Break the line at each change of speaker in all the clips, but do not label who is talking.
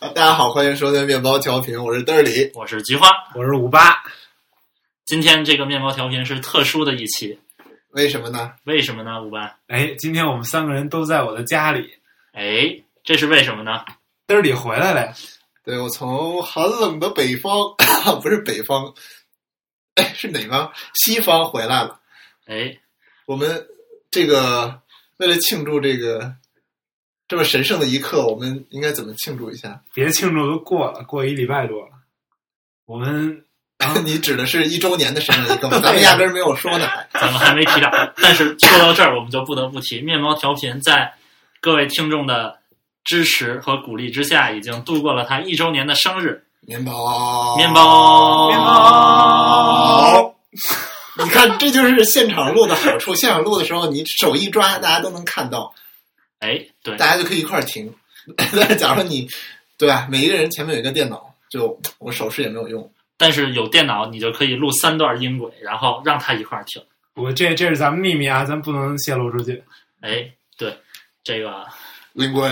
大家好，欢迎收听面包调频，我是嘚儿里。
我是菊花。
我是五八，
今天这个面包调频是特殊的一期，
为什么呢？
为什么呢？五班，
哎，今天我们三个人都在我的家里，
哎，这是为什么呢？
嘚儿里回来了，
对我从寒冷的北方， 不是北方， 哎，是哪方？西方回来了。
哎，
我们这个为了庆祝这个这么神圣的一刻，我们应该怎么庆祝一下？
别庆祝都过了，过一礼拜多了，我们
你指的是一周年的神圣一刻吗？咱们压根儿没有说呢。
咱们还 没提到，但是说到这儿，我们就不得不提面包调频在各位听众的支持和鼓励之下，已经度过了他一周年的生日。
面包，
面包面
哦
包。
你看，这就是现场录的好处。现场录的时候，你手一抓，大家都能看到，
哎，对，
大家就可以一块儿听。 但是，假如你对吧，每一个人前面有一个电脑，就我手势也没有用。
但是有电脑，你就可以录三段音轨，然后让他一块儿听。
我这这是咱们秘密啊，咱不能泄露出去。
哎，对，这个
林鬼，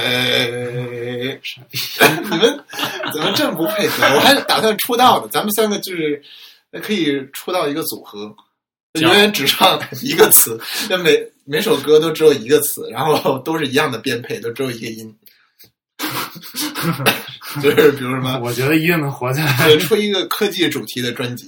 你们怎么这么不配合？我还打算出道呢，咱们三个就是可以出道一个组合，
行
永远只唱一个词，那每每首歌都只有一个词，然后都是一样的编配，都只有一个音， 就是比如什 么，
我觉得一定能活下来。
呃出一个科技主题的专辑，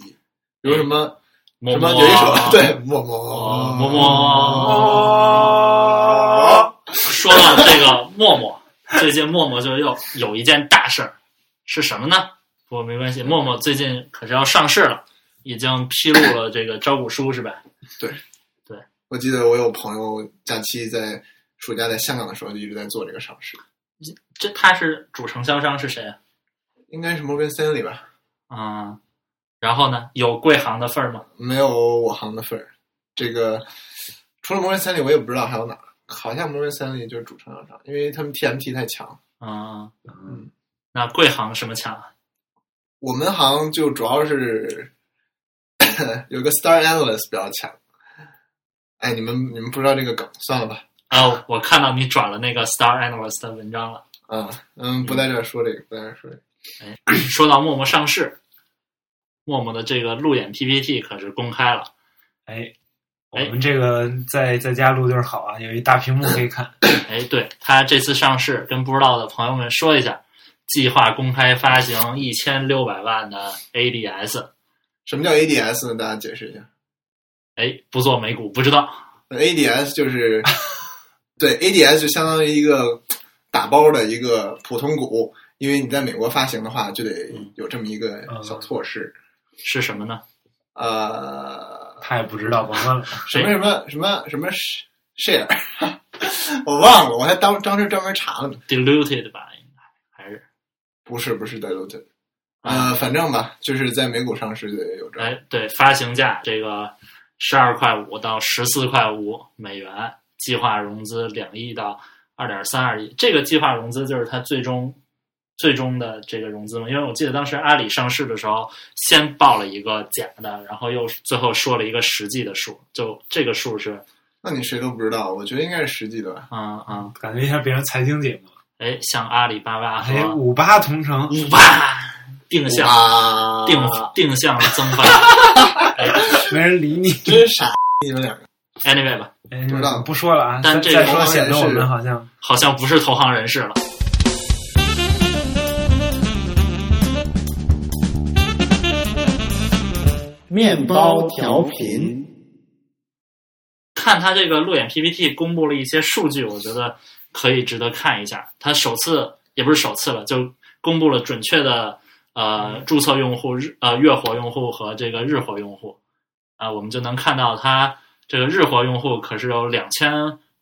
比如什么。
么
什么
么
有一首对么么
哦么
哦
么说到这个默默，最近默默就又有一件大事儿，是什么呢？不过没关系，默默最近可是要上市了，已经披露了这个招股书是吧？
我记得我有朋友假期在暑假在香港的时候就一直在做这个上市，
这他是主承销商是谁啊？
应该是摩根森里吧，
嗯，然后呢，有贵行的份儿吗？
没有我行的份儿。这个除了摩根森里，我也不知道还有哪儿，好像摩根森里就是主承销商，因为他们 TMT 太强。
嗯，那贵行什么强啊？
我们行就主要是 有个 Star Analyst 比较强。哎，你们你们不知道这个梗，算了吧。
啊，我看到你转了那个 Star Analyst 的文章了。
啊，嗯，不在这儿说这个，不在这儿说这个。
说到陌陌上市，陌陌的这个路演 PPT 可是公开了。
哎，我
哎
们这个在在家录就是好啊，有一大屏幕可以看。
哎，对，它这次上市，跟不知道的朋友们说一下，计划公开发行一千六百万的 ADS。
什么叫 ADS 呢？大家解释一下。
哎，不做美股不知道。
ADS 就是对 ADS 就相当于一个打包的一个普通股，因为你在美国发行的话，就得
嗯
有这么一个小措施。
是什么呢？
呃，
他也不知道，甭问了。
什么什么什么什么 share，我忘了，我还当当时专门查了呢。
？Diluted 吧，应该还是
不是不是 d i l u t e 呃，反正吧，就是在美股上市得有这
啊哎，对，发行价这个十二块五到十四块五美元，计划融资两亿到二点三二亿。这个计划融资就是它最终最终的这个融资嘛？因为我记得当时阿里上市的时候，先报了一个假的，然后又最后说了一个实际的数，就这个数是
那你谁都不知道，我觉得应该是实际的吧。
嗯嗯，
感觉像变成财经节目。
哎，像阿里巴巴
哎，
和
五八同城，
五八定向
哇，
定定向增发哎
没人理你。
真傻，你们两个。
，anyway 吧。
哎，
知道
不说了啊。
但
再
这个
再说显得我
是
们好像
好像不是投行人士了。
面包调频，
看他这个路演 PPT 公布了一些数据，我觉得可以值得看一下。他首次也不是首次了，就公布了准确的呃注册用户日呃月活用户和这个日活用户啊、我们就能看到他这个日活用户可是有两千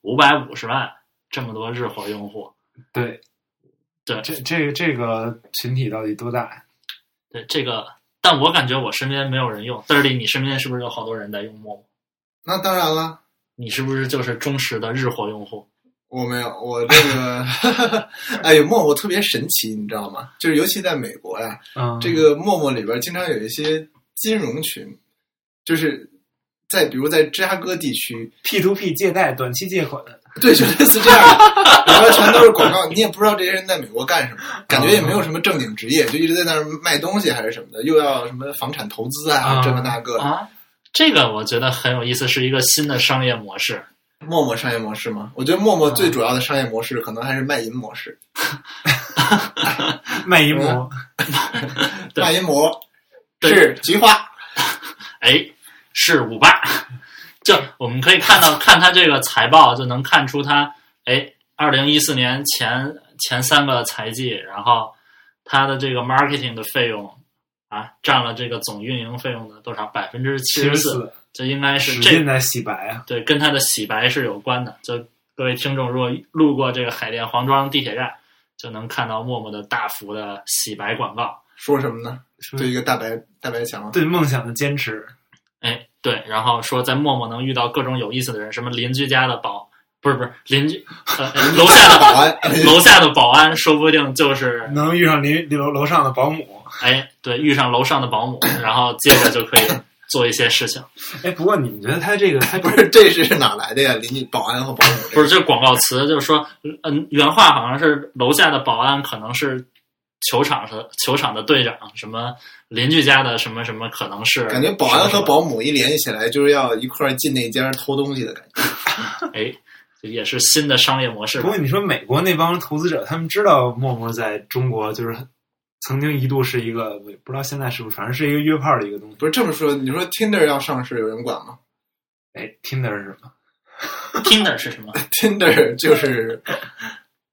五百五十万这么多日活用户。
对
对
这这这个群体到底多大呀？
对这个，但我感觉我身边没有人用。Dirty，你身边是不是有好多人在用陌陌？
那当然了。你
你是不是就是忠实的日活用户？
我没有，我这个，哎呦，陌陌特别神奇，你知道吗？就是尤其在美国呀、
嗯，
这个陌陌里边经常有一些金融群，就是在比如在芝加哥地区，
P to P 借贷、短期借款，
对，绝对是这样的。里边全都是广告，你也不知道这些人在美国干什么，感觉也没有什么正经职业，就一直在那儿卖东西还是什么的，又要什么房产投资啊，
啊
这个那个的。
啊，这个我觉得很有意思，是一个新的商业模式。
陌陌商业模式吗？我觉得陌陌最主要的商业模式可能还是卖淫模式，
卖一模，
对
卖淫魔
对
是菊花，
哎，是五八。就我们可以看到，看它这个财报就能看出它，哎，二零一四年前前三个财季，然后它的这个 marketing 的费用啊，占了这个总运营费用的多少？百分之七
其
十
实
四，
是
这应该是
使
这
劲在洗白啊，
对，跟它的洗白是有关的。就各位听众，如果路过这个海淀黄庄地铁站，就能看到陌陌的大幅的洗白广告。
说什么呢？
说
对一个大白大白墙，
对梦想的坚持，
哎，对，然后说在陌陌能遇到各种有意思的人，什么邻居家的保，不是不是邻居，呃，哎楼下的
保安，
楼下的保安，说不定就是
能遇上邻楼楼上的保姆。
哎，对，遇上楼上的保姆，然后接着就可以做一些事情，
哎，不过你们觉得他这个他
不是这是哪来的呀？邻居保安和保姆这个
不是这个广告词，就是说，嗯，原话好像是楼下的保安可能是球场的球场的队长，什么邻居家的什么什么，可能是
感觉保安
什
和
么
保姆一联系起来，就是要一块儿进那家偷东西的感觉。
哎，这也是新的商业模式
不
吧
过。你说美国那帮投资者，他们知道陌陌在中国就是曾经一度是一个，我也不知道现在是不是，反正是一个约炮的一个东西。
不是这么说，你说 Tinder 要上市，有人管吗
哎，Tinder 是什么？
Tinder 是什么？
？Tinder 就是，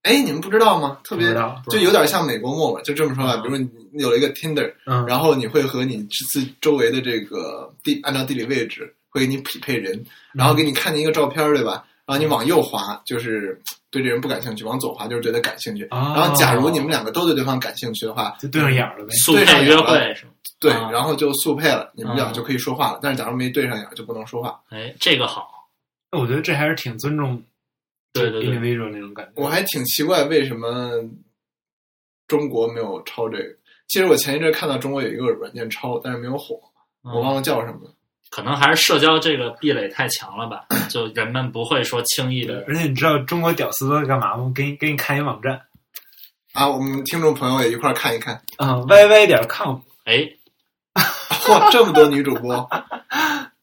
哎，你们不知道吗？特
不
别
知道，啊
就有点像美国陌陌，就这么说吧。
嗯
比如你有了一个 Tinder，
嗯，
然后你会和你自周围的这个地按照地理位置会给你匹配
嗯
人，然后给你看见一个照片儿，对吧？然后你往右滑就是对这人不感兴趣，往左滑就是对他感兴趣。
啊，
然后假如你们两个都对对方感兴趣的话，
就对上眼儿了呗，
速
对上
配
眼
约
了
会是吗？
对，
啊
然后就速配了，你们俩
嗯
就可以说话了。但是假如没对上眼儿就不能说话。
哎，这个好，
那我觉得这还是挺尊重
对对对，
individual 那种感觉。
我还挺奇怪为什么中国没有抄这个。其实我前一阵看到中国有一个软件抄，但是没有火，我
嗯
忘了叫什么了。
可能还是社交这个壁垒太强了吧，就人们不会说轻易的
而且你知道中国屌丝都在干嘛吗？给你给你看一网站
啊，我们听众朋友也一块儿看一看。
啊，yy 点 com，
哎，
嚯，这么多女主播，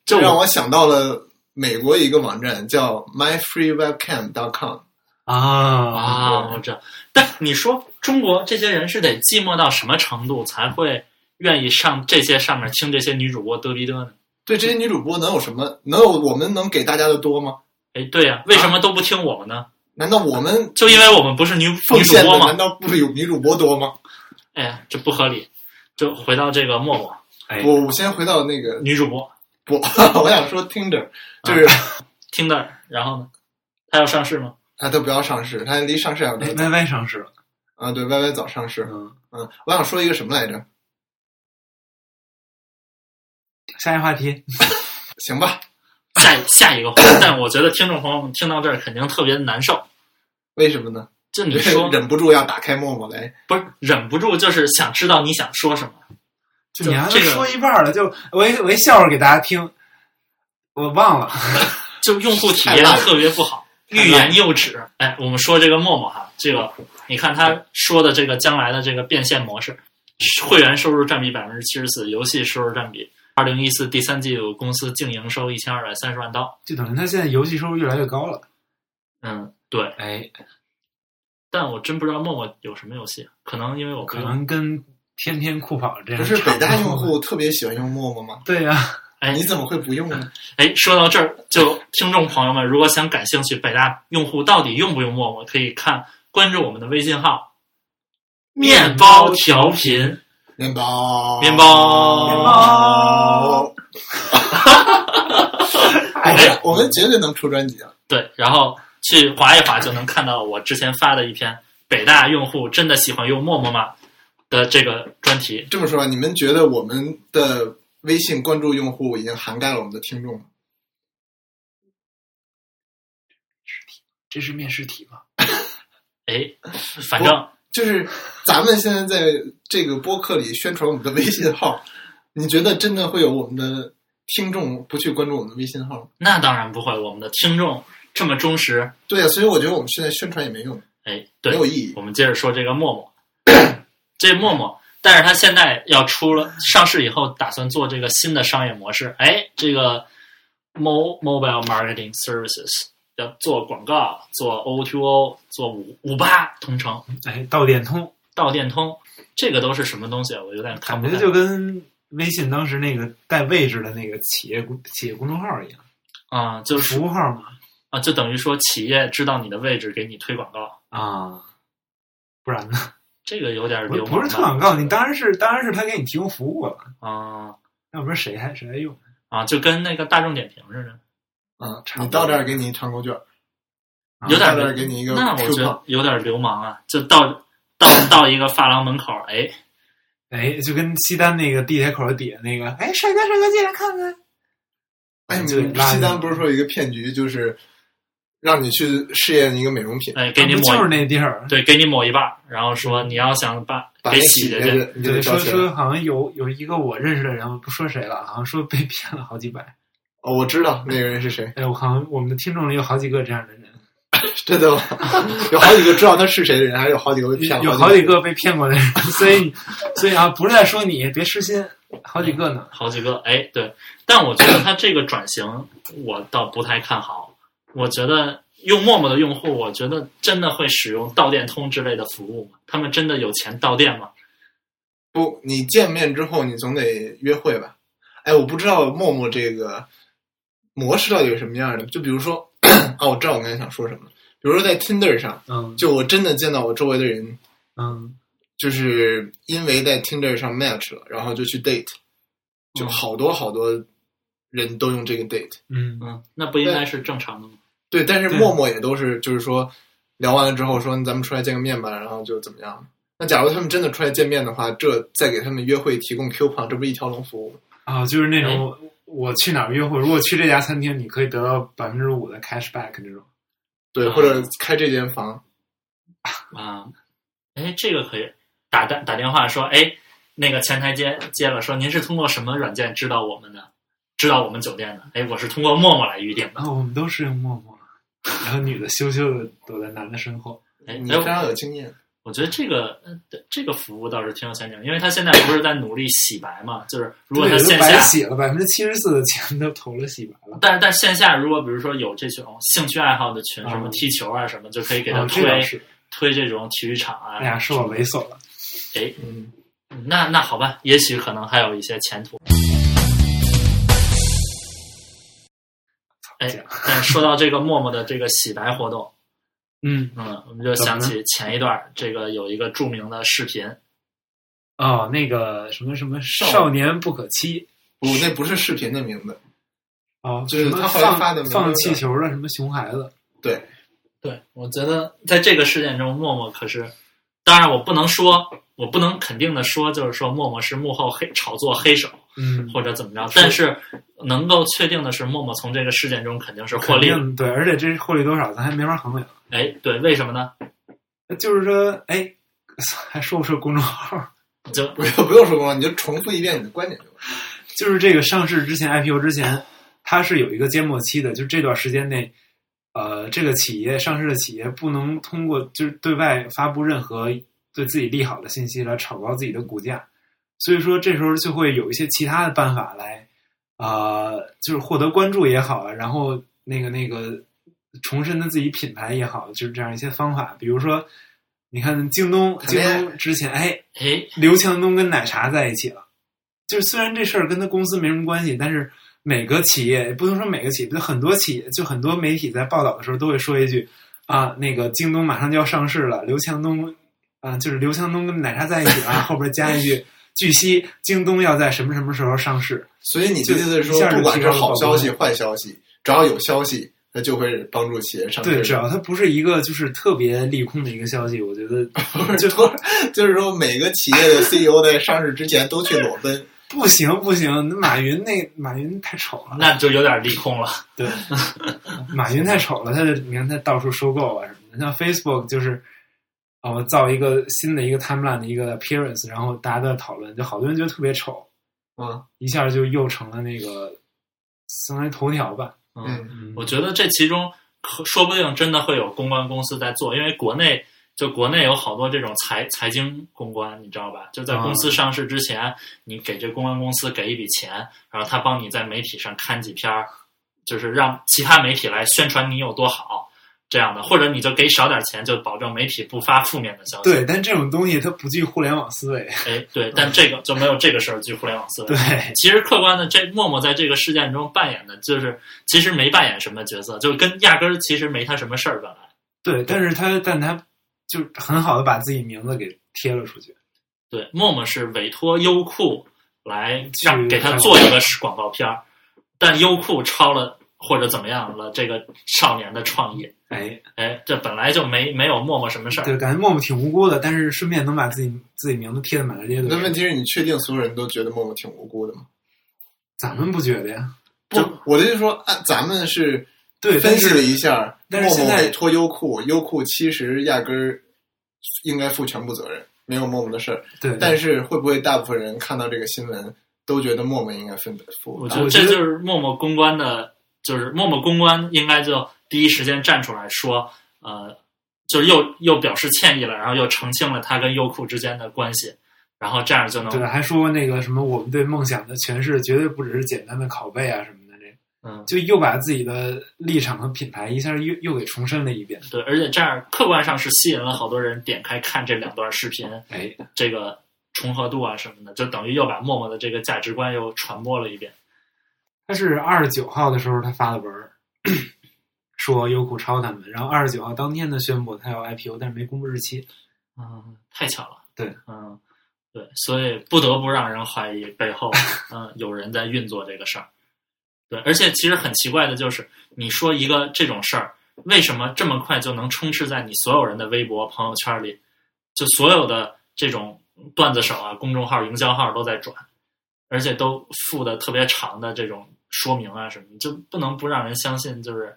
就
这让我想到了美国一个网站叫 myfreewebcam.com。
啊
啊，我知道。但你说中国这些人是得寂寞到什么程度才会愿意上这些上面听这些女主播嘚逼嘚呢？
对这些女主播能有什么？能有我们能给大家的多吗？
哎，对呀、为什么都不听我们呢？
难道我们
就因为我们不是女女
奉
主
献
播
的
吗
难？道不有女主播多吗？
哎呀，这不合理。就回到这个陌陌
哎
我我先回到那个
女主播
不，我 想说 Tinder，就是
啊 听的，然后呢，她要上市吗？
啊，它不要上市，它离上市还有多
哎
久
，yy 上市了，
啊？对，YY 早上市。
嗯，
嗯，我想说一个什么来着？
下一话题，
行吧，
下下一个话，但我觉得听众朋友们听到这儿肯定特别难受。
为什么呢？
就你说
忍不住要打开陌陌来。
不是忍不住，就是想知道你想说什么。
就你还
这
没
个
说一半儿了，就我一我一笑话给大家听，我忘了，
就用户体验特别不好，
烂了
欲言又止。哎，我们说这个陌陌哈，这个你看他说的这个将来的这个变现模式，会员收入占比百分之七十四，游戏收入占比，二零一四第三季度公司净营收一千二百三十万刀。
就等于他现在游戏收入越来越高了。
嗯，对，
哎，
但我真不知道陌陌有什么游戏，可能因为我不
可
用
能跟天天酷跑这样
不是
差
北
不多
大用户特别喜欢用陌陌吗？
对啊呀、
哎
你怎么会不用呢？
哎，说到这儿，就听众朋友们，如果想感兴趣，北大用户到底用不用陌陌，可以看关注我们的微信号“面包调频
面包，
面包
面
面
包
包。
哎，我们绝对能出专辑啊！”，
对，然后去划一划就能看到我之前发的一篇“北大用户真的喜欢用陌陌吗”的这个专题。
这么说吧，你们觉得我们的微信关注用户已经涵盖了我们的听众吗？
这是面试题吗？
哎，反正
就是咱们现在在这个播客里宣传我们的微信号，你觉得真的会有我们的听众不去关注我们的微信号吗？
那当然不会，我们的听众这么忠实，
对啊，所以我觉得我们现在宣传也没用，
哎，对
没，有意义
我。们接着说这个陌陌，这陌陌，但是它现在要出了上市以后，打算做这个新的商业模式。哎，这个 mo mobile marketing services 要做广告，做 O to O，做五五八同城、
哎，到点通
到电通，这个都是什么东西？啊我有点看
感
不
觉
太
就跟微信当时那个带位置的那个企业公企业公众号一样，
啊、就是
服务号嘛
啊，就等于说企业知道你的位置，给你推广告，
啊，不然呢？
这个有点
不是
流
不是推广告，你当然是当然是他给你提供服务了，
啊
要不然谁还谁还用？
啊，就跟那个大众点评似的。
嗯，
差
你
不多
到这儿给你一团购券，
啊
有点
到
儿
这儿给你一个
那我
Q
觉
票
得，有点流氓啊！就到到到一个发廊门口，哎，
哎，就跟西单那个地铁口底下那个，哎，帅哥帅哥进来看看，
哎，你
就
们
拉
西
你
单不是说有一个骗局，就是让你去试验一个美容品，
哎，给你
啊不
抹一、
就是那地嗯儿。
对，给你抹一半儿，然后说你要想把
把
给
那
洗下
下
去，
去，你就得
对，说
交钱。
说好像有有一个我认识的人，我不说谁了，好像说被骗了好几百。
哦，我知道那个人是谁，
哎，我好像我们的听众里有好几个这样的人，
真的吗？有好几个知道他是谁的人，还是有好几个被骗了，
有好几个被骗过的人，所以所以啊，不是在说你，别失心，好几个呢。
好几个，哎，对。但我觉得它这个转型，我倒不太看好。我觉得用陌陌的用户，我觉得真的会使用到店通之类的服务吗？他们真的有钱到店吗？
不，你见面之后你总得约会吧？哎，我不知道陌陌这个模式到底是什么样的。就比如说， 啊，我知道我刚才想说什么了。比如说在 Tinder 上，
嗯
就我真的见到我周围的人，
嗯，
就是因为在 Tinder 上 match 了，然后就去 date，就
嗯
好多好多人都用这个 date。
嗯，
嗯，那不应该是正常的吗？
对，但是
对
陌陌也都是，就是说聊完了之后说咱们出来见个面吧，然后就怎么样？那假如他们真的出来见面的话，这再给他们约会提供 coupon，这不一条龙服务吗？
啊，就是那种、
哎
我去哪儿约会，如果去这家餐厅，你可以得到百分之五的 cash back 这种。
对，
啊
或者开这间房，
啊，哎，这个可以打打打电话说，哎，那个前台接接了，说您是通过什么软件知道我们的，知道我们酒店的？哎，我是通过陌陌来预定的。
啊，我们都是用陌陌，然后女的羞羞的躲在男的身后。
哎，
你
哎
非常有经验。
我觉得这个呃对这个服务倒是挺有前景，因为他现在不是在努力洗白嘛，就是如果他
对都
线
白
下，
洗了百分之七十四的钱都投了洗白了。
但是但线下如果比如说有这种兴趣爱好的群，
嗯
什么踢球啊什么，就可以给他
啊，
推
这倒是，
推这种体育场啊。
哎呀，说我猥琐了。
嗯，
那那好吧，也许可能还有一些前途。哎
这样，
但是说到这个陌陌的这个洗白活动，
嗯，
嗯，我们就想起前一段儿这个有一个著名的视频，
哦，那个什么什么
少
少年不可欺
不，那不是视频的名字。
哦，
就是
什么
他后来
放
发的
放
名字
气球的什么熊孩子，
对，
对，我觉得在这个事件中，默默可是，当然我不能说，我不能肯定的说，就是说默默是幕后黑炒作黑手
嗯，
或者怎么着，但是能够确定的是，默默从这个事件中肯定是获利
肯。定对，而且这获利多少咱还没法衡量。
哎，对，为什么呢？
就是说，哎，还说不说公众号？
就
不用不用说光了，你就重复一遍你的观点就完。
就是这个上市之前 IPO 之前，它是有一个缄默期的，就这段时间内，呃，这个企业上市的企业不能通过就是对外发布任何对自己利好的信息来炒高自己的股价，所以说这时候就会有一些其他的办法来，呃，就是获得关注也好啊，然后那个那个重申他自己品牌也好，就是这样一些方法，比如说。你看京东，
谈
京
恋爱
东之前哎，
哎，
刘强东跟奶茶在一起了。就是虽然这事儿跟他公司没什么关系，但是每个企业不能说每个企业，就很多企业，就很多媒体在报道的时候都会说一句啊，那个京东马上就要上市了，刘强东啊，就是刘强东跟奶茶在一起了，后边加一句，据悉京东要在什么什么时候上市。
所以你的意思是
就一
说，
下就
不管是好消
提
息
高
坏消息，只要有消息，它就会帮助企业上
对，
市。
只要它不是啊一个就是特别利空的一个消息，我觉得
就说就是说，每个企业的 CEO 在上市之前都去裸奔，
不行不行，马云那马云太丑了。
那就有点利空了。
对，马云太丑了，他就你看他到处收购啊什么的。像 Facebook 就是啊，我造一个新的一个 timeline 的一个 appearance，然后大家都在讨论，就好多人觉得特别丑，
嗯
一下就又成了那个相当于头条吧。
嗯，
嗯，
我觉得这其中可说不定真的会有公关公司在做，因为国内就国内有好多这种财财经公关，你知道吧？就在公司上市之前，你给这公关公司给一笔钱，然后他帮你在媒体上看几篇儿，就是让其他媒体来宣传你有多好这样的，或者你就给少点钱，就保证媒体不发负面的消息。
对，但这种东西它不具互联网思维。
哎，对，但这个就没有这个事儿，据互联网思维。
对，
其实客观的，这默默在这个事件中扮演的就是，其实没扮演什么角色，就跟压根儿其实没他什么事儿。本来
对，但是他但他就很好的把自己名字给贴了出去。
对，默默是委托优酷来让
去
给他
看
做一个广告片儿，但优酷抄了或者怎么样了这个少年的创意。
哎，
哎，这本来就没没有默默什么事儿。
对，感觉默默挺无辜的，但是顺便能把自己自己名字贴的满大街都
那问
是。
题是你确定所有人都觉得默默挺无辜的吗？
咱们不觉得呀？
不，我的意思说，按咱们是
对，
分
但
析了
是
一下，
但是
默
现
默
在
委托优酷，优酷其实压根儿应该负全部责任，没有默默的事儿。
对，
但是会不会大部分人看到这个新闻都觉得默默应该分负
我
责？
觉得
我
啊这
觉得
就是默默公关的，就是默默公关应该就第一时间站出来说，呃，就是又又表示歉意了，然后又澄清了他跟优酷之间的关系，然后这样就能
对，还说那个什么，我们对梦想的诠释绝对不只是简单的拷贝啊什么的，这
嗯
就又把自己的立场和品牌一下又又给重申了一遍。
对，而且这样客观上是吸引了好多人点开看这两段视频，
哎，
这个重合度啊什么的，就等于又把默默的这个价值观又传播了一遍。
他是二十九号的时候他发的文儿，说优酷抄他们，然后二十九号当天呢宣布他要 IPO，但是没公布日期。
嗯，太巧了。
对，
嗯，对，所以不得不让人怀疑背后，嗯，有人在运作这个事儿。对，而且其实很奇怪的就是，你说一个这种事儿，为什么这么快就能充斥在你所有人的微博、朋友圈里？就所有的这种段子手啊、公众号、营销号都在转，而且都附的特别长的这种说明啊什么，就不能不让人相信，就是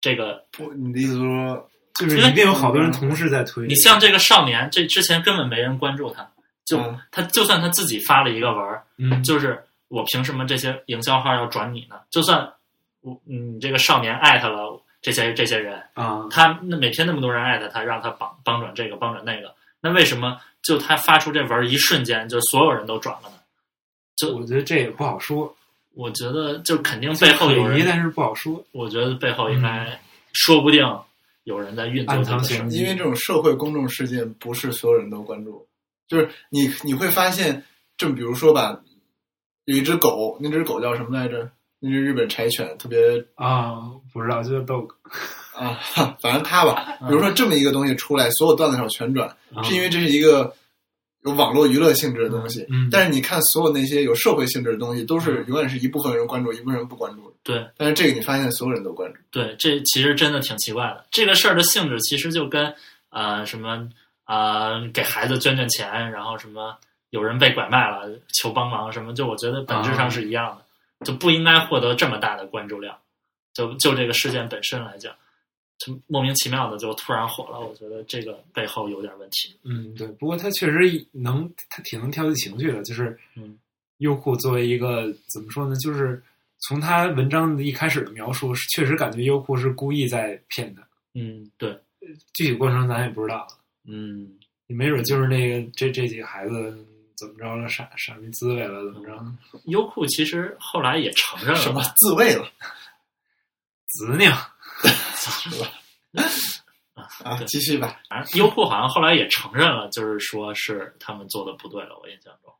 这个
不，你的意思说
就是一定有好多人同时在推。
你像这个少年，这之前根本没人关注他，就、
嗯
他就算他自己发了一个文儿，
嗯，
就是我凭什么这些营销号要转你呢？就算我你这个少年艾特了这些这些人，
啊，
他那每天那么多人艾特他，让他帮帮转这个帮转那个，那为什么就他发出这文儿一瞬间，就所有人都转了呢？就
我觉得这也不好说，
我觉得就肯定背后有
可疑，
人，
但是不好说。
我觉得背后应该说不定有人在运作
暗
这个
藏
事儿
玄。机
因为这种社会公众事件不是所有人都关注，就是你你会发现，就比如说吧，有一只狗，那只狗叫什么来着？那只日本柴犬特别
啊，不知道，就是逗哏，
啊， 反正它吧，比如说这么一个东西出来，所有段子手全转，
嗯
是因为这是一个有网络娱乐性质的东西。
嗯，
但是你看，所有那些有社会性质的东西，都是永远是一部分人关注，一部分人不关注。
对，
但是这个你发现所有人都关注，
对，这其实真的挺奇怪的。这个事儿的性质其实就跟呃什么呃给孩子捐捐钱，然后什么有人被拐卖了求帮忙什么，就我觉得本质上是一样
啊
的，就不应该获得这么大的关注量。就就这个事件本身来讲，就莫名其妙的就突然火了，我觉得这个背后有点问题。
嗯，对，不过他确实能，他挺能挑起情绪的，就是，
嗯，
优酷作为一个怎么说呢，就是从他文章的一开始的描述，是确实感觉优酷是故意在骗他，
嗯，对，
具体过程咱也不知道，
嗯，
也没准就是那个这这几个孩子怎么着了，傻傻逼滋味了，怎么
嗯
着，
优酷其实后来也承认了
什么自卫了
子宁，
啊
对？
继续吧，
反正优酷好像后来也承认了，就是说是他们做的不对了，我印象中。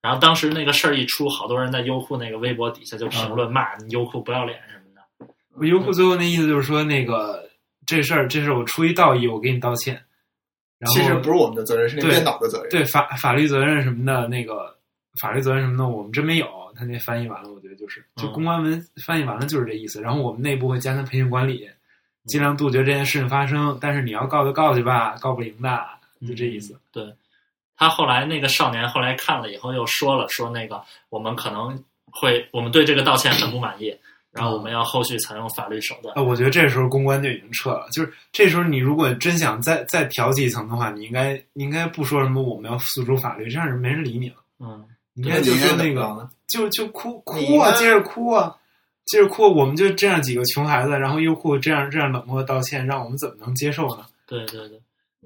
然后当时那个事儿一出，好多人在优酷那个微博底下就评论骂你优酷不要脸什么的。
嗯
优酷最后那意思就是说，那个这事儿，这事儿我出于道义，我给你道歉，然后
其实不是我们的责任，是那个
对
编导的责任。
对法法律责任什么的，那个法律责任什么的，我们真没有。他那翻译完了，我觉得就是，就
嗯
公关文翻译完了就是这意思。然后我们内部会加强培训管理，尽量杜绝这件事情发生。但是你要告就告去吧，告不赢的，就这意思。
对他后来那个少年后来看了以后又说了，说那个我们可能会，我们对这个道歉很不满意，然后我们要后续采用法律手段
啊，。我觉得这时候公关就已经撤了。就是这时候，你如果真想再再调几层的话，你应该你应该不说什么我们要诉诸法律，这样人没人理你了。
嗯，
你应
那
该
你
就
应该
说
怎
那
么
个
着呢？
就就哭
你
哭
应
啊，
该
接着哭啊，就是库我们就这样几个穷孩子，然后优酷这样这样冷漠道歉，让我们怎么能接受呢？
对对对，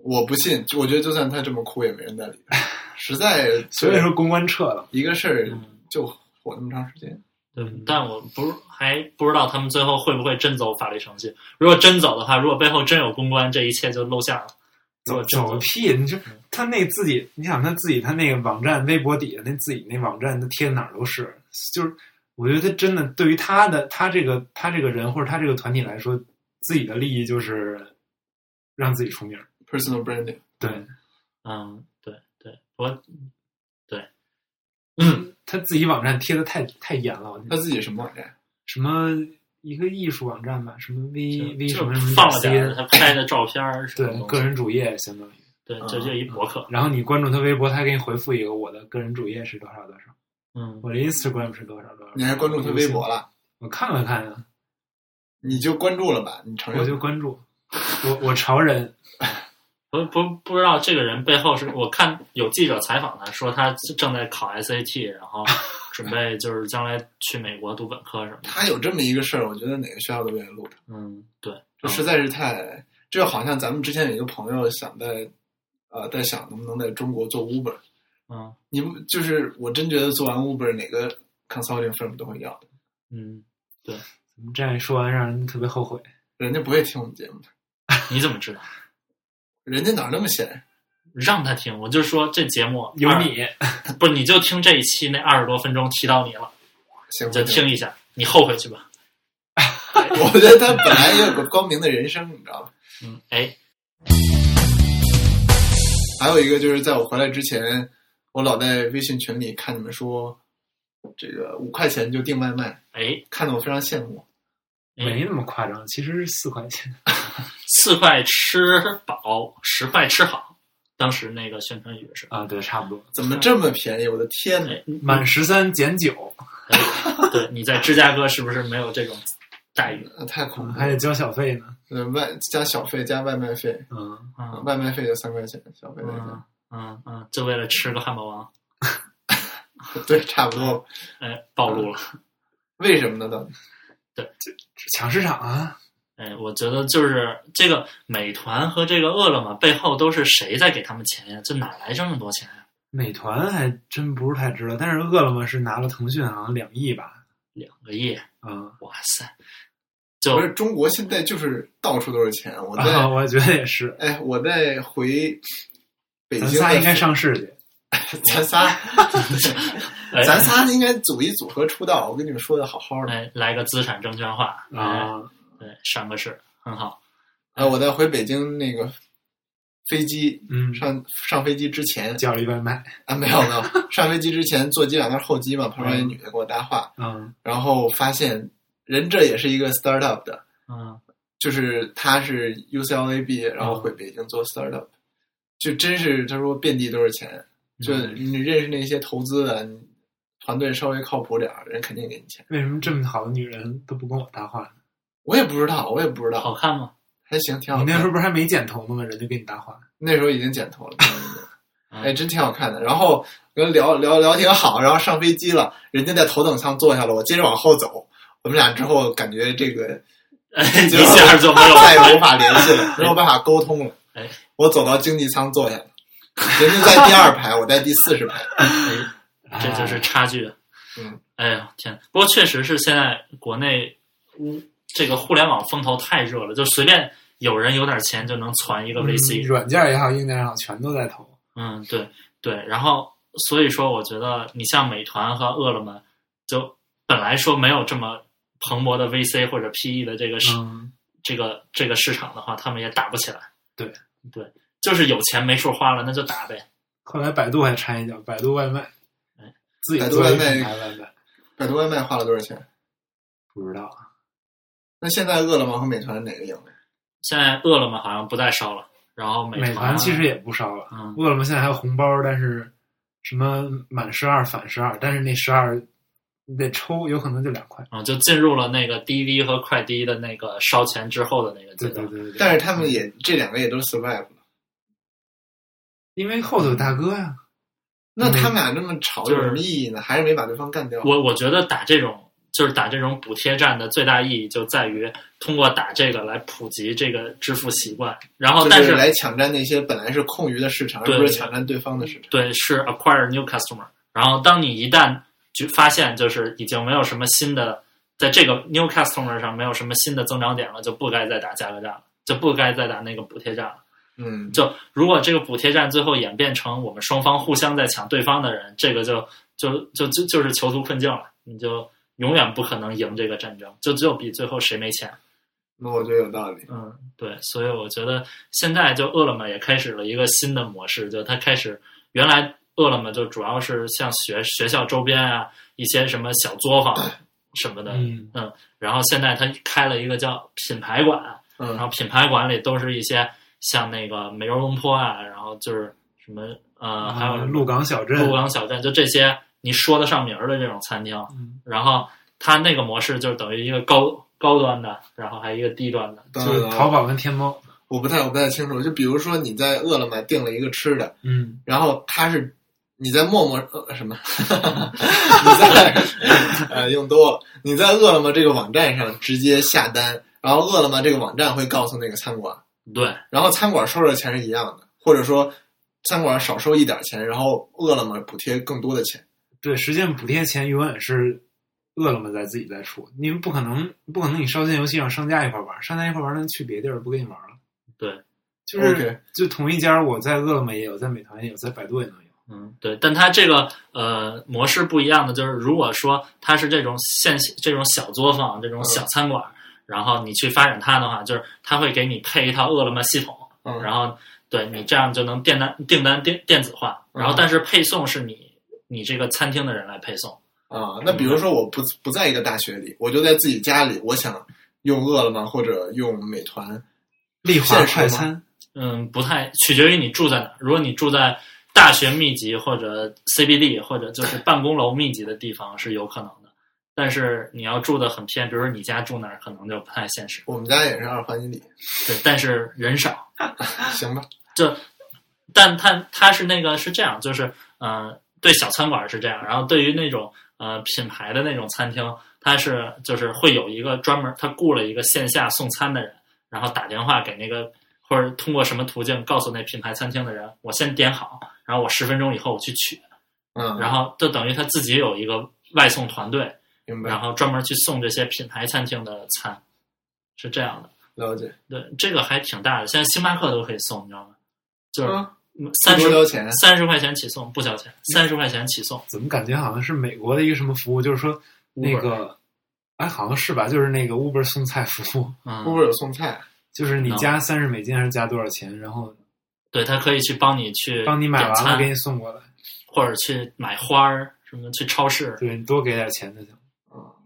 我不信，我觉得就算他这么哭，也没人在里 边。实在，
所以说公关撤了。
一个事儿
嗯，
就火那么长时间，
对，但我不是还不知道他们最后会不会真走法律程序。如果真走的话，如果背后真有公关，这一切就露馅了。如
走
果真
走
走
个，屁！你就他那自己，你想他自己，他那个网站、微博底下那自己那网站，他贴哪儿都是。就是我觉得他真的对于他的他这个他这个人或者他这个团体来说，自己的利益就是让自己出名儿。
personal branding。
对
嗯，对对，我
他自己网站贴的太太严了，我觉
他
得
自己什么网站？
什么一个艺术网站吧，什么
嗯
V
就
V 什
就
么什么
放了点儿
CN
他拍的照片儿什么
对
东西，
个人主页相当于。
对，这就一博客，
然后你关注他微博，他给你回复一个我的个人主页是多少多少，
嗯，
我的 Instagram 是多少多少。
你还关注他微博了？
我看了看呀，
你就关注了吧？你承认？
我就关注。我我潮人，
不不不知道这个人背后是我看有记者采访他说他正在考 SAT，然 后准备就是将来去美国读本科什么的。
他有这么一个事儿，我觉得哪个学校都愿意录他，
嗯，对，
这实在是太……这好像咱们之前有一个朋友想在，呃，在想能不能在中国做 Uber。
嗯
你们就是我真觉得做完 Uber 哪个 consulting firm 都会要的，
嗯，
怎么这样一说完，让人特别后悔。
人家不会听我们节目的，
你怎么知道？
人家哪那么闲？
让他听，我就说这节目
有
二
你，
不，你就听这一期那二十多分钟提到你了，
行
你
不
就听一下，你后悔去 吧。哎
我觉得他本来也有个光明的人生，你知道吗？
嗯，哎，
还有一个就是在我回来之前，我老在微信群里看你们说这个五块钱就订外卖，
哎，
看得我非常羡慕。哎
没
嗯
那么夸张，其实是四块钱。
四块吃饱，十块吃好，当时那个宣传语是。
啊，对，差不多，
怎么这么便宜？我的天哪！
哎，你
满十三减九，
哎对，你在芝加哥是不是没有这种待遇？
啊太
嗯
恐怖
嗯还
了！
得交小费呢。
呃外加小费加外卖费，啊
嗯，
嗯
外卖费就三块钱，小费两
嗯嗯嗯，就为了吃个汉堡王，
块， 对，差不多。
哎，暴露了。
为什么呢？到
嗯
底
抢市场啊，
嗯
哎，我觉得就是这个美团和这个饿了么背后都是谁在给他们钱呀？这哪来这么多钱呀？啊
美团还真不是太知道，但是饿了么是拿了腾讯好像两亿吧？
两个亿，
嗯，
哇塞！就
不是中国现在就是到处都是钱。我在、
啊， 我觉得也是，
哎，我在回北
咱
京
仨
的
应该
时
上市去。
候，咱仨，
哎
咱仨应该组一组合出道。我跟你们说的好好的。
哎来个资产证券化哎
啊，
对，上个市很好。
啊，我在回北京那个飞机
嗯，
上上飞机之前
叫了一外卖，
啊，没有没有，上飞机之前坐机长那儿候机嘛，旁边一
嗯
女的给我搭话，
嗯
然后发现人这也是一个 startup 的，
嗯，
就是他是 UCLA 毕业，然后回北京做 startup，、就真是他说遍地都是钱，就
嗯
嗯
你认识那些投资的你团队稍微靠谱点儿，人肯定给你钱。
为什么这么好的女人都不跟我搭话呢？
我也不知道，我也不知
好
道，
看吗？
还行，挺好
你
看。
那时候不是还没剪头发吗？人就给你搭话。
那时候已经剪头了。
啊
嗯
哎，真挺好看的。然后跟聊聊聊挺好，然后上飞机了，人家在头等舱坐下了，我接着往后走。我们俩之后感觉这个
哎，一下就没有
再也无法联系了，没有办法沟通了
哎。
我走到经济舱坐下了，人家在第二排，我在第四十排。
哎， 这就是差距。
嗯，
哎呦天！不过确实是现在国内，嗯，这个互联网风头太热了，就随便有人有点钱就能攒一个
嗯
VC。
软件也好，硬件也好，全都在投。
嗯，对对。然后所以说，我觉得你像美团和饿了么，就本来说没有这么蓬勃的 VC 或者 PE 的这个市、
嗯，
这个这个市场的话，他们也打不起来。
对
对，就是有钱没处花了，那就打呗。
后来百度还掺一脚，百度外卖
哎，
自己
百度
做
外
了一
卖
品牌外卖，
百度外卖花了多少钱？
不知道啊。
那现在饿了么和美团哪个赢了？
现在饿了么好像不再烧了，然后美
美团其实也不烧了，
嗯，
饿了么现在还有红包，但是什么满十二返十二，但是那十二你得抽，有可能就两块。
啊，就进入了那个滴滴和快滴的那个烧钱之后的那个阶
对对
段。
对对对。
但是他们也这两个也都 survive 了。
因为后头有大哥呀、
嗯
那他们俩这么吵有什么意义呢？还是没把对方干掉？
我我觉得打这种就是打这种补贴战的最大意义就在于通过打这个来普及这个支付习惯。然后，但
就是来抢占那些本来是空余的市场，
对
而不是抢占对方的市场。
对，是 acquire new customer。然后当你一旦就发现就是已经没有什么新的，在这个 new customer 上没有什么新的增长点了，就不该再打价格战了，就不该再打那个补贴战了。
嗯，
就如果这个补贴战最后演变成我们双方互相在抢对方的人，这个就就就就就是囚徒困境了，你就永远不可能赢这个战争，就只有比最后谁没钱。
那我觉得有道理。
嗯，对，所以我觉得现在就饿了么也开始了一个新的模式，就它开始原来饿了么就主要是像学学校周边啊一些什么小作坊什么的，
嗯
然后现在它开了一个叫品牌馆，然
嗯
后品牌馆里都是一些像那个美洲龙坡啊，然后就是什么呃，还有什么
嗯鹿港小镇，
鹿港小镇，就这些你说得上名儿的这种餐厅，
嗯
然后它那个模式就等于一个高高端的，然后还有一个低端的。
当
就是
然了
淘宝跟天猫，
我不太我不太清楚。就比如说你在饿了么订了一个吃的，
嗯，
然后它是你在陌陌呃什么， 你在呃用多了，你在饿了么这个网站上直接下单，然后饿了么这个网站会告诉那个餐馆，
嗯
对
然后餐馆收的钱是一样的，或者说餐馆少收一点钱，然后饿了么补贴更多的钱。
对，实际上补贴钱永远是饿了么在自己在出，你们不可能不可能你烧钱游戏让商家一块玩，商家一块玩，那去别地儿不跟你玩了。
对，
就是
OK
就同一家，我在饿了么也有，在美团也有，在百度也能有。
嗯，对，但它这个呃模式不一样的就是，如果说它是这种现这种小作坊、这种小
嗯
餐馆，然后你去发展它的话，就是它会给你配一套饿了么系统，
嗯，
然后对你这样就能订单订单电电子化，然后
嗯
但是配送是你你这个餐厅的人来配送，
啊，那比如说我不不在一个大学里，我就在自己家里，我想用饿了么或者用美团，
丽华
现实吗
快餐，
嗯，不太取决于你住在哪儿。如果你住在大学密集或者 CBD 或者就是办公楼密集的地方是有可能的，但是你要住的很偏，比如说你家住哪儿，可能就不太现实。
我们家也是二环以里，
对，但是人少，
行吧？
就，但他他是那个是这样，就是呃，对小餐馆是这样，然后对于那种呃品牌的那种餐厅，他是就是会有一个专门他雇了一个线下送餐的人，然后打电话给那个或者通过什么途径告诉那品牌餐厅的人，我先点好，然后我十分钟以后我去取，
嗯，
然后就等于他自己有一个外送团队，
明白，
然后专门去送这些品牌餐厅的餐，是这样的。
了解。
对，这个还挺大的，现在星巴克都可以送，你知道吗？就是
嗯，
三
不
十
交
啊
钱
三十块钱起送，不交钱，三十块钱起送。
怎么感觉好像是美国的一个什么服务？就是说那个，哎，好像是吧？就是那个 Uber 送菜服务，
会不
嗯，
会有送菜？啊
就是你
No
加三十美金还是加多少钱，然后
对他可以去帮你去
帮你买
点
完了
餐
给你送过来，
或者去买花儿什么，去超市。
对你多给点钱就行。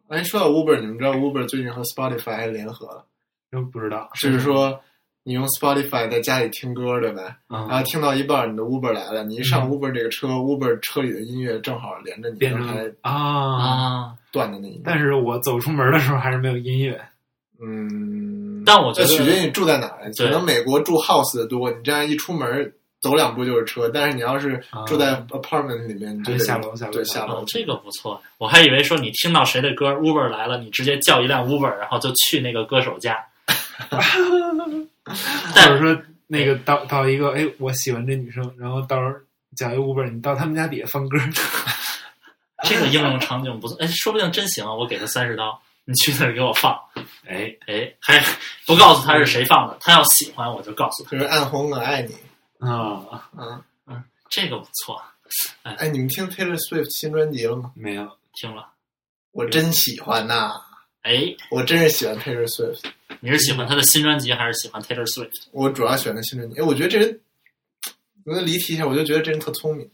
哎，说到 Uber，你们知道 Uber 最近和 Spotify 还联合了，
真不知道，
就是说你用 Spotify 在家里听歌，对吧？
嗯
然
啊
后，听到一半，你的 Uber 来了，你一上 Uber 这个车、u b e r 车里的音乐正好连着你
变
刚才
成啊。
嗯啊，
断的那一段。
但是我走出门的时候还是没有音乐，
嗯，
但我觉得
这取决于你住在哪儿。啊
对
可能美国住 house 的多，你这样一出门走两步就是车。但是你要是住在 apartment 里面，你就
还
得
是下楼下楼
对
下
下
哦
楼。，
这个不错。我还以为说你听到谁的歌，Uber 来了，你直接叫一辆 Uber，然后就去那个歌手 家。
或
但
者说那个到到一个哎，我喜欢这女生，然后到时候叫一 Uber，你到他们家底下放歌，
这个应用场景不错，哎，说不定真行啊！我给他三十刀，你去那儿给我放。
哎，
哎，还不告诉他是谁放的，他要喜欢我就告诉他，
就是暗红我爱你。
啊，
嗯，
这个不错，
哎，你们听 Taylor Swift 新专辑了吗？
没有，
听了。
我真喜欢呐、
哎，
我真是喜欢 Taylor Swift。
你是喜欢他的新专辑还是喜欢 Taylor Swift？
我主要喜欢的新专辑，哎，我觉得这人，我就离题一下，我就觉得这人特聪明。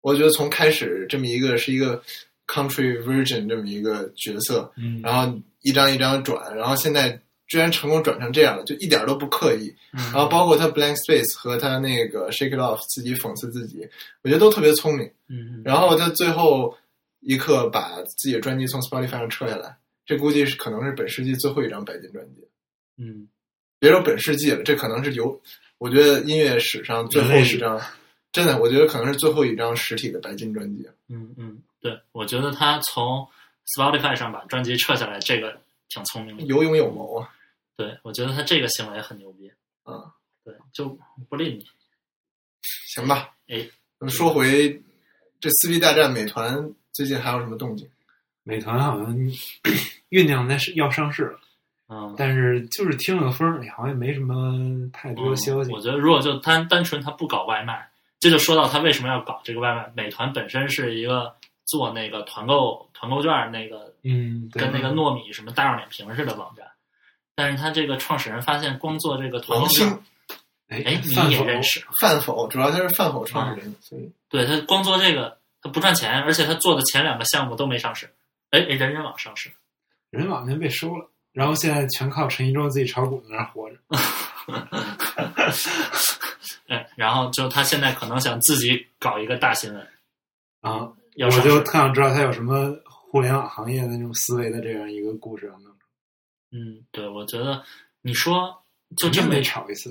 我觉得从开始这么一个是一个 country virgin 这么一个角色，
嗯
然后一张一张转，然后现在居然成功转成这样了，就一点都不刻意。然后包括他 Blank Space 和他那个 Shake It Off 自己讽刺自己，我觉得都特别聪明。
嗯，
然后他最后一刻把自己的专辑从 Spotify 上撤下来，这估计是可能是本世纪最后一张白金专辑。
嗯，
别说本世纪了，这可能是有，我觉得音乐史上最后
人类
一
史
张，真的，我觉得可能是最后一张实体的白金专辑。
嗯嗯，对，我觉得他从 Spotify 上把专辑撤下来，这个挺聪明的。
有勇有谋啊，
对，我觉得他这个行为很牛逼。
嗯，
对，就不吝你。
行吧。
哎，
咱们说回这撕逼大战，美团最近还有什么动静？
美团好像 酝酿在是要上市了，
嗯，
但是就是听了个风儿，好像也没什么太多消息
嗯。我觉得如果就单单纯他不搞外卖，这就说到他为什么要搞这个外卖。美团本身是一个做那个团购团购券儿那个
嗯，对
跟那个糯米什么大众点评似的网站，但是他这个创始人发现光做这个团购
王
券
兴
儿，哎，你
饭
也
否
认识，
饭否，主要他是饭否创始人，所以
对他光做这个他不赚钱，而且他做的前两个项目都没上市，哎哎，人人网上市，
人网就被收了，然后现在全靠陈一舟自己炒股在那儿活着。
哎，然后就他现在可能想自己搞一个大新闻，
啊，
要
我
上
就
市，
特想知道他有什么互联网行业的那种思维的这样一个故事啊，
嗯，对，我觉得你说就
肯
这
定
么
得炒一次。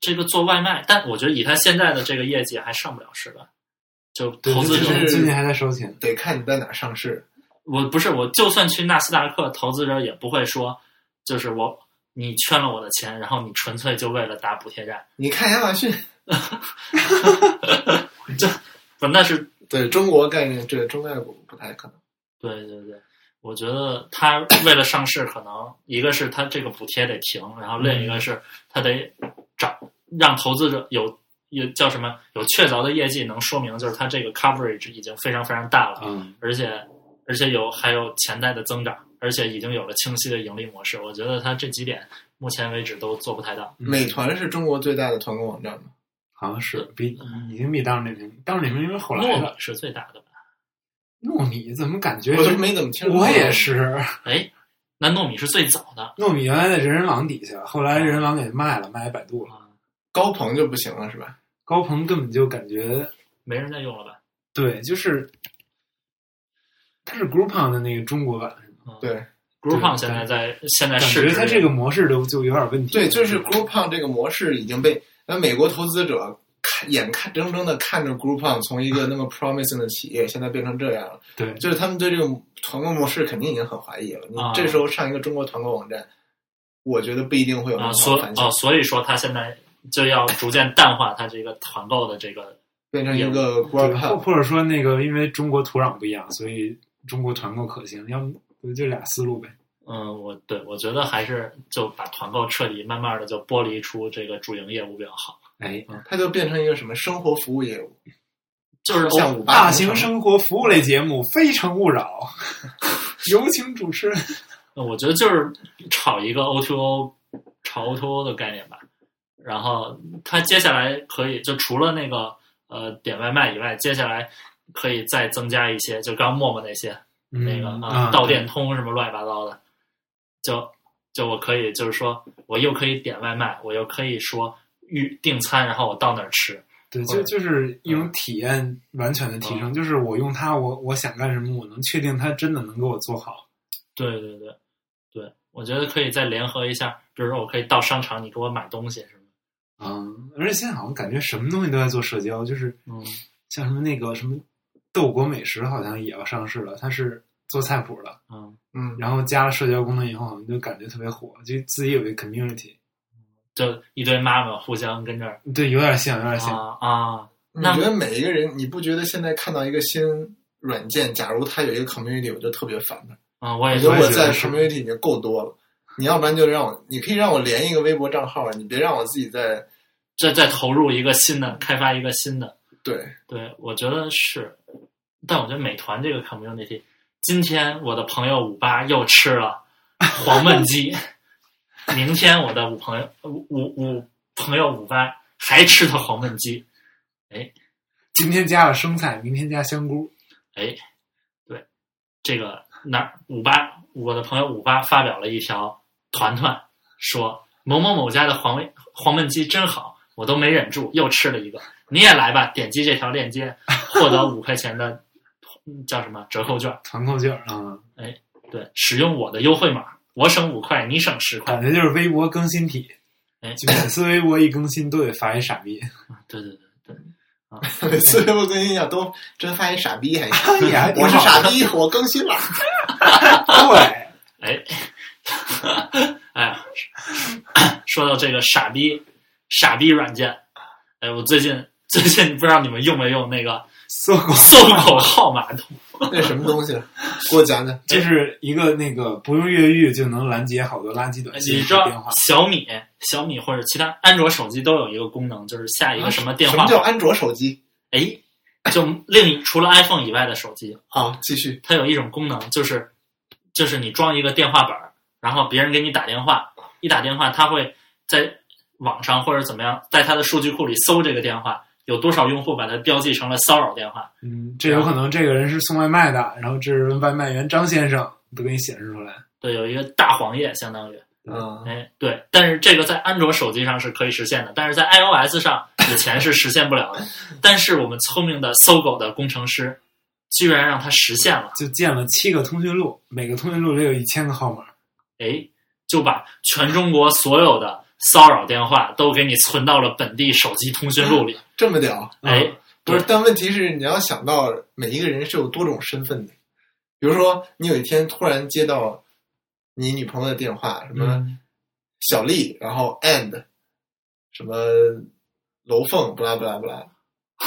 这个做外卖，但我觉得以他现在的这个业绩还上不了市吧。就
对，
投资
就
者，
是最近还在收钱。
得看你在哪上市。
我不是我，就算去纳斯达克，投资者也不会说，就是我你圈了我的钱，然后你纯粹就为了打补贴战，
你看亚马逊，
不，那是
对中国概念，这中概股不太可能。
对对对，我觉得他为了上市，可能一个是他这个补贴得停，然后另一个是他得找让投资者有有叫什么有确凿的业绩，能说明就是他这个 coverage 已经非常非常大了，
嗯，
而且而且有还有潜在的增长，而且已经有了清晰的盈利模式。我觉得他这几点目前为止都做不太到。
嗯
美团是中国最大的团购网站吗？
好像是比
嗯
已经比大众点评，大众点评因为后来
糯米
的
是最大的吧？
糯米怎么感觉
我都没怎么听说过。
我也是，
哎，那糯米是最早的
糯米原来在人人网底下，后来人人网给卖了，卖给百度了。
啊，
高朋就不行了是吧？
高朋根本就感觉
没人再用了吧？
对，就是它是 Groupon 的那个中国版，
嗯、
对
，Groupon 现在在现在
感
是
觉它这个模式都就有点问题。
对，就是 Groupon 这个模式已经被那美国投资者看眼看睁睁的看着 Groupon 从一个那么 promising 的企业，现在变成这样了。
对，
就是他们对这种团购模式肯定已经很怀疑了。你
啊
这时候上一个中国团购网站，我觉得不一定会有
啊，
很
所
好的反响
哦，，所以说他现在就要逐渐淡化他这个团购的这个
变成一个
对，或
Groupon。
或者说那个，因为中国土壤不一样，所以中国团购可行，要不就俩思路呗。
嗯，我对我觉得还是就把团购彻底慢慢的就剥离出这个主营业务比较好，
哎，
它就变成一个什么生活服务业
哦
务，
就是
像五八
大
同
型
城
生活服务类节目《非诚勿 扰》，有请主持人。
呃我觉得就是炒一个 O to O，炒 O to O 的概念吧。然后它接下来可以就除了那个呃点外卖以外，接下来可以再增加一些，就刚陌陌那些那
嗯
个啊到店通什么乱七八糟的，就就我可以就是说我又可以点外卖，我又可以说预订餐，然后我到那儿吃。
对，
或者
就
嗯
就是一种体验完全的提升，就是我用它，我我想干什么，我能确定它真的能给我做好。
对对对对，我觉得可以再联合一下，比如说我可以到商场，你给我买东西什么的。
嗯，而且现在好像感觉什么东西都在做社交，就是
嗯，
像什么那个什么豆果美食好像也要上市了，它是做菜谱的。
嗯。
嗯，
然后加了社交功能以后，好像就感觉特别火，就自己有一个 community，
就一堆妈妈互相跟这儿
对，有点像，有点像。
啊啊，
你
那
觉得每一个人，你不觉得现在看到一个新软件，假如它有一个 community，我就特别烦它。
嗯，我也
我
觉
觉得
得
我
哎我
也觉
在
得是
community 已经够多了，你要不然就让我，你可以让我连一个微博账号，你别让我自己在
这再投入一个新的，开发一个新的，
对
对我觉得是，但我觉得美团这个 community，今天我的朋友五八又吃了黄焖鸡，明天我的五朋友五五五朋友五八还吃他黄焖鸡，
今天加了生菜，明天加香菇，
哎，对，这个哪儿五八，我的朋友五八发表了一条团团说某某某家的黄焖黄焖鸡真好，我都没忍住又吃了一个，你也来吧，点击这条链接获得五块钱的嗯叫什么折扣券，
团购券儿啊，
对，使用我的优惠码，我省五块，你省十块
哎
感，觉就是微博更新体
哎，
就每次微博一更新都得发一傻逼。
对对对对，啊、
每次微博更新一下都真发现傻逼还行。
也还挺
我是
好
傻
的。
逼，我更新了。
哎，
对，
哎呀， 说到这个傻逼傻逼软件，哎，我最近 最近不知道你们用没用那 个
搜狗
搜狗号码图？
那什么东西？给我讲讲。
就是一个那个不用越狱就能拦截好多垃圾
哎
短信
你知
和
道
电话。
小米小米或者其他安卓手机都有一个功能，就是下一个什么
啊
电
什
话
么，叫安卓手机？
哎，就另除了 iPhone 以外的手机，
好，继续。
它有一种功能，就是就是你装一个电话本儿，然后别人给你打电话，一打电话，它会在网上或者怎么样，在它的数据库里搜这个电话，有多少用户把它标记成了骚扰电话。
嗯，这有可能这个人是送外卖的，然后这是外卖员张先生，都给你显示出来。
对，有一个大黄页，相当于，
嗯，
哎，对，但是这个在安卓手机上是可以实现的，但是在 iOS 上以前是实现不了的。 但是我们聪明的搜狗的工程师，居然让它实现了。
就建了七个通讯录，每个通讯录里有一千个号码。
哎，就把全中国所有的骚扰电话都给你存到了本地手机通讯录里。
这么屌。
嗯
哎，
不是，但问题是你要想到每一个人是有多种身份的。比如说，你有一天突然接到你女朋友的电话，什么
嗯，
小丽，然后 and 什么楼凤，不啦不啦不啦，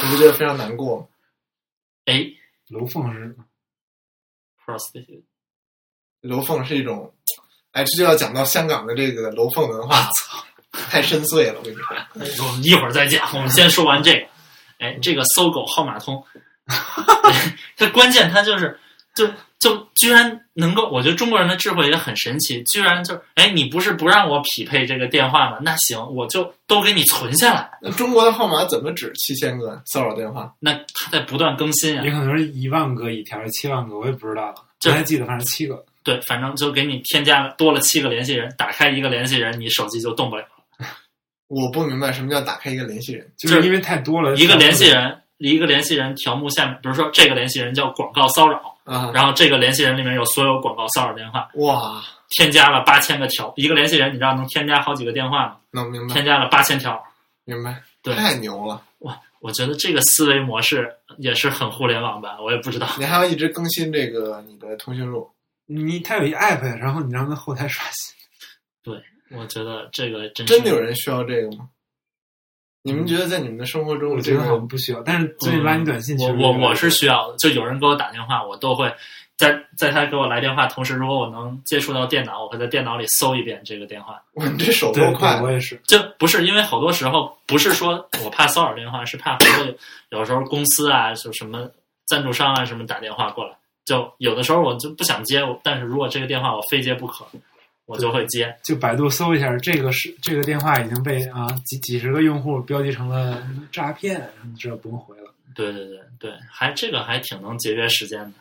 你不觉得非常难过吗？
哎
楼凤是
，prostitute，
楼凤是一种，哎，这就要讲到香港的这个楼凤文化，太深邃了，我跟你说。
哎我们一会儿再讲，我们先说完这个。哎，这个搜狗号码通，哎它关键它就是就就居然能够，我觉得中国人的智慧也很神奇，居然就哎，你不是不让我匹配这个电话吗？那行，我就都给你存下来。
那中国的号码怎么止七千个骚扰电话？
那它在不断更新呀、
也可能是一万个一条，七万个我也不知道了，
嗯这
不太记得，反正七个。
对，反正就给你添加了多了七个联系人，打开一个联系人，你手机就动不了。
我不明白什么叫打开一个联系人。
就
就是
是因为太多了，
一
啊
个联系人，一个联系人条目下面，比如说这个联系人叫广告骚扰，
啊！
然后这个联系人里面有所有广告骚扰电话，
哇，
添加了八千个条。一个联系人，你知道能添加好几个电话吗？
能明白
添加了八千条。
明白，
对
嗯太牛了！
我觉得这个思维模式也是很互联网吧，我也不知道。
你还要一直更新这个你的通讯录，
你它有一 app，然后你让它后台刷新。
我觉得这个真是
真的有人需要这个吗？你
嗯
们觉得在你们的生活中，
我觉得
这
好
个
像不需要，但是最近拉你短信确
我
实
我
有
我是需要的，就有人给我打电话，我都会在在他给我来电话同时，如果我能接触到电脑，我会在电脑里搜一遍这个电话。
哇，你这手
对
多，快
对！我也是。
就不是因为好多时候不是说我怕骚扰电话，是怕回头有有时候公司啊，就什么赞助商啊什么打电话过来，就有的时候我就不想接，我但是如果这个电话我非接不可，我就会接。
就百度搜一下，这个是这个电话已经被啊几几十个用户标记成了诈骗，然后你这不用回了。
对对对对，还这个还挺能节约时间的。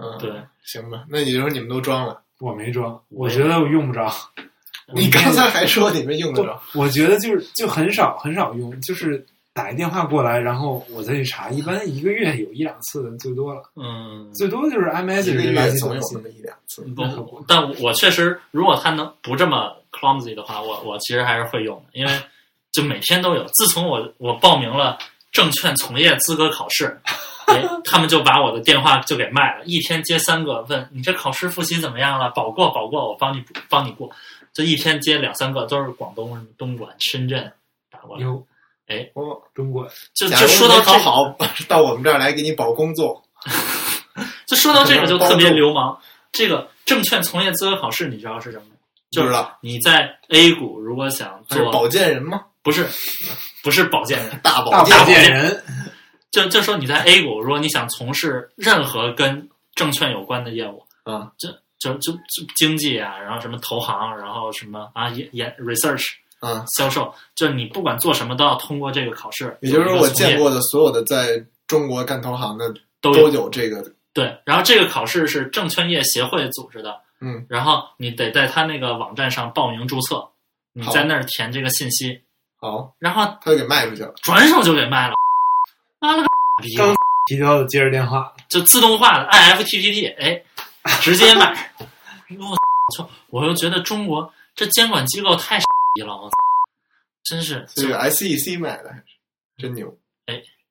嗯，
对，
行吧，那也就是你们都装了。
我没装，
我
我
也
觉得我用不着。
嗯
你刚才还说你们用得着，
我觉得就是就很少很少用，就是打一电话过来，然后我再去查，一般一个月有一两次的最多了，
嗯，
最多就是 M S
一个
这垃
月
圾
总有那
短信
么。一两次。
不，但我确实，如果他能不这么 clumsy 的话，我我其实还是会用的，因为就每天都有。自从我我报名了证券从业资格考试，哎，他们就把我的电话就给卖了，一天接三个，问你这考试复习怎么样了？保过保过，我帮你补帮你过。就一天接两三个，都是广东什么东莞、深圳打过来。
哟，
哦，
中国
就
假
就
如
说到
没
这
考好，到我们这儿来给你保工作。
就说到这个就特别流氓。这个证券从业资格考试你知道是什么吗？就
不
是
知道
你在 A 股如果想
他是
做
保健人吗？
不是，不是保荐人，
大
大
保健
保
保健
健人，
就就说你在 A 股，如果你想从事任何跟证券有关的业务，
啊，
就就就经济啊，然后什么投行，然后什么啊研研 research
啊，
销售，就你不管做什么都要通过这个考试。
也就是说，我
有一个从业
见过的所有的在中国干投行的
都
都
有
有这个
对，然后这个考试是证券业协会组织的，
嗯，
然后你得在他那个网站上报名注册，你
好
在那儿填这个信息，
好，
然后
他就给卖出去了。
转手就给卖了，妈了个逼！
刚提到的接着电话，
就自动化的 IFTTT，哎，直接买。我操！我又觉得中国这监管机构太傻逼了，我操真是
E 这个 SEC 买的，还是真牛。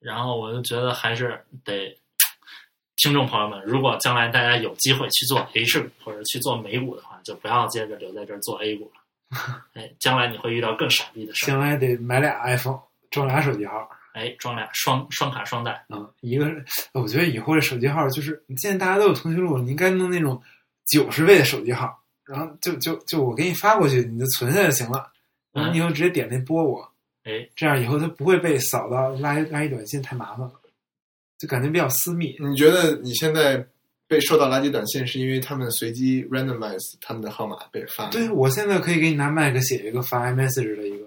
然后我就觉得还是得，听众朋友们，如果将来大家有机会去做 H 股或者去做美股的话，就不要接着留在这儿做 A 股 了。哎，将来你会遇到更傻逼的事儿。
将来得买俩 iPhone，装俩手机号。
哎，装俩双双卡双待，
嗯，一个是，我觉得以后这手机号就是，现在大家都有通讯录，你应该弄那种九十位的手机号，然后就就就我给你发过去，你就存下就行了，然
嗯
嗯后你以后直接点那拨我，
啊哎，
这样以后它不会被扫到垃圾垃圾短信，太麻烦了，就感觉比较私密。
你觉得你现在被收到垃圾短信，是因为他们随机 randomize 他们的号码被发？
对，啊我现在可以给你拿麦克写一个发 iMessage 的一个，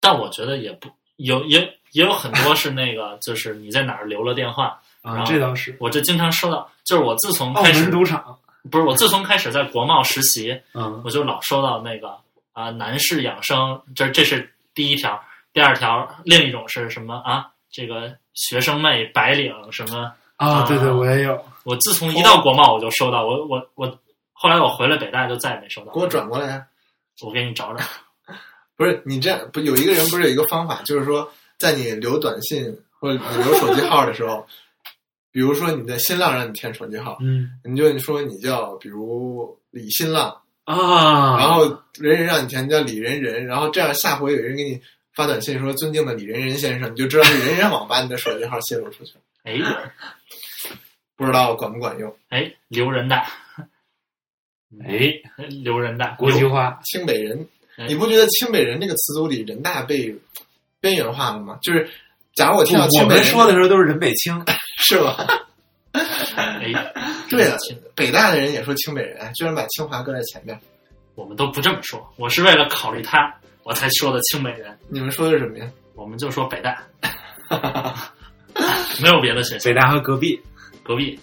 但我觉得也不有也也有很多是那个，就是你在哪儿留了电话，
啊、
然后
这倒是。
我这经常收到。就是我自从
澳
开始
门赌场，
不是我自从开始在国贸实习，
嗯
我就老收到那个啊、男士养生，这这是第一条，第二条另一种是什么啊？这个学生妹白领什么？
啊，
啊
对对，我也有，
我自从一
哦
到国贸我就收到，我我我后来我回了北大就再也没收到。
给我转，过来啊！
我给你找 找。
不是你这样，不有一个人不是有一个方法，就是说，在你留短信或者你留手机号的时候，比如说你在新浪让你填手机号，
嗯
你就说你叫比如李新浪，
啊，
然后人人让你填你叫李人人，然后这样下回有人给你发短信说尊敬的李人人先生，你就知道是人人网把你的手机号泄露出去了。
哎
不知道管不管用？
哎，留人 的，
哎，
留人哎的，
国际化，
清北人
哎，
你不觉得清北人这个词组里人大被边缘化了吗？就是假如我听到
我
清北
们
人
说的时候都是人北清，
是吧？
哎，
对
啊
了
亲
北大的人也说清北人，哎居然把清华搁在前面。
我们都不这么说，我是为了考虑他，我才说的清北人，
你们说的是什么呀？
我 们就说北大，没有别的学校
北，大和隔壁，
隔壁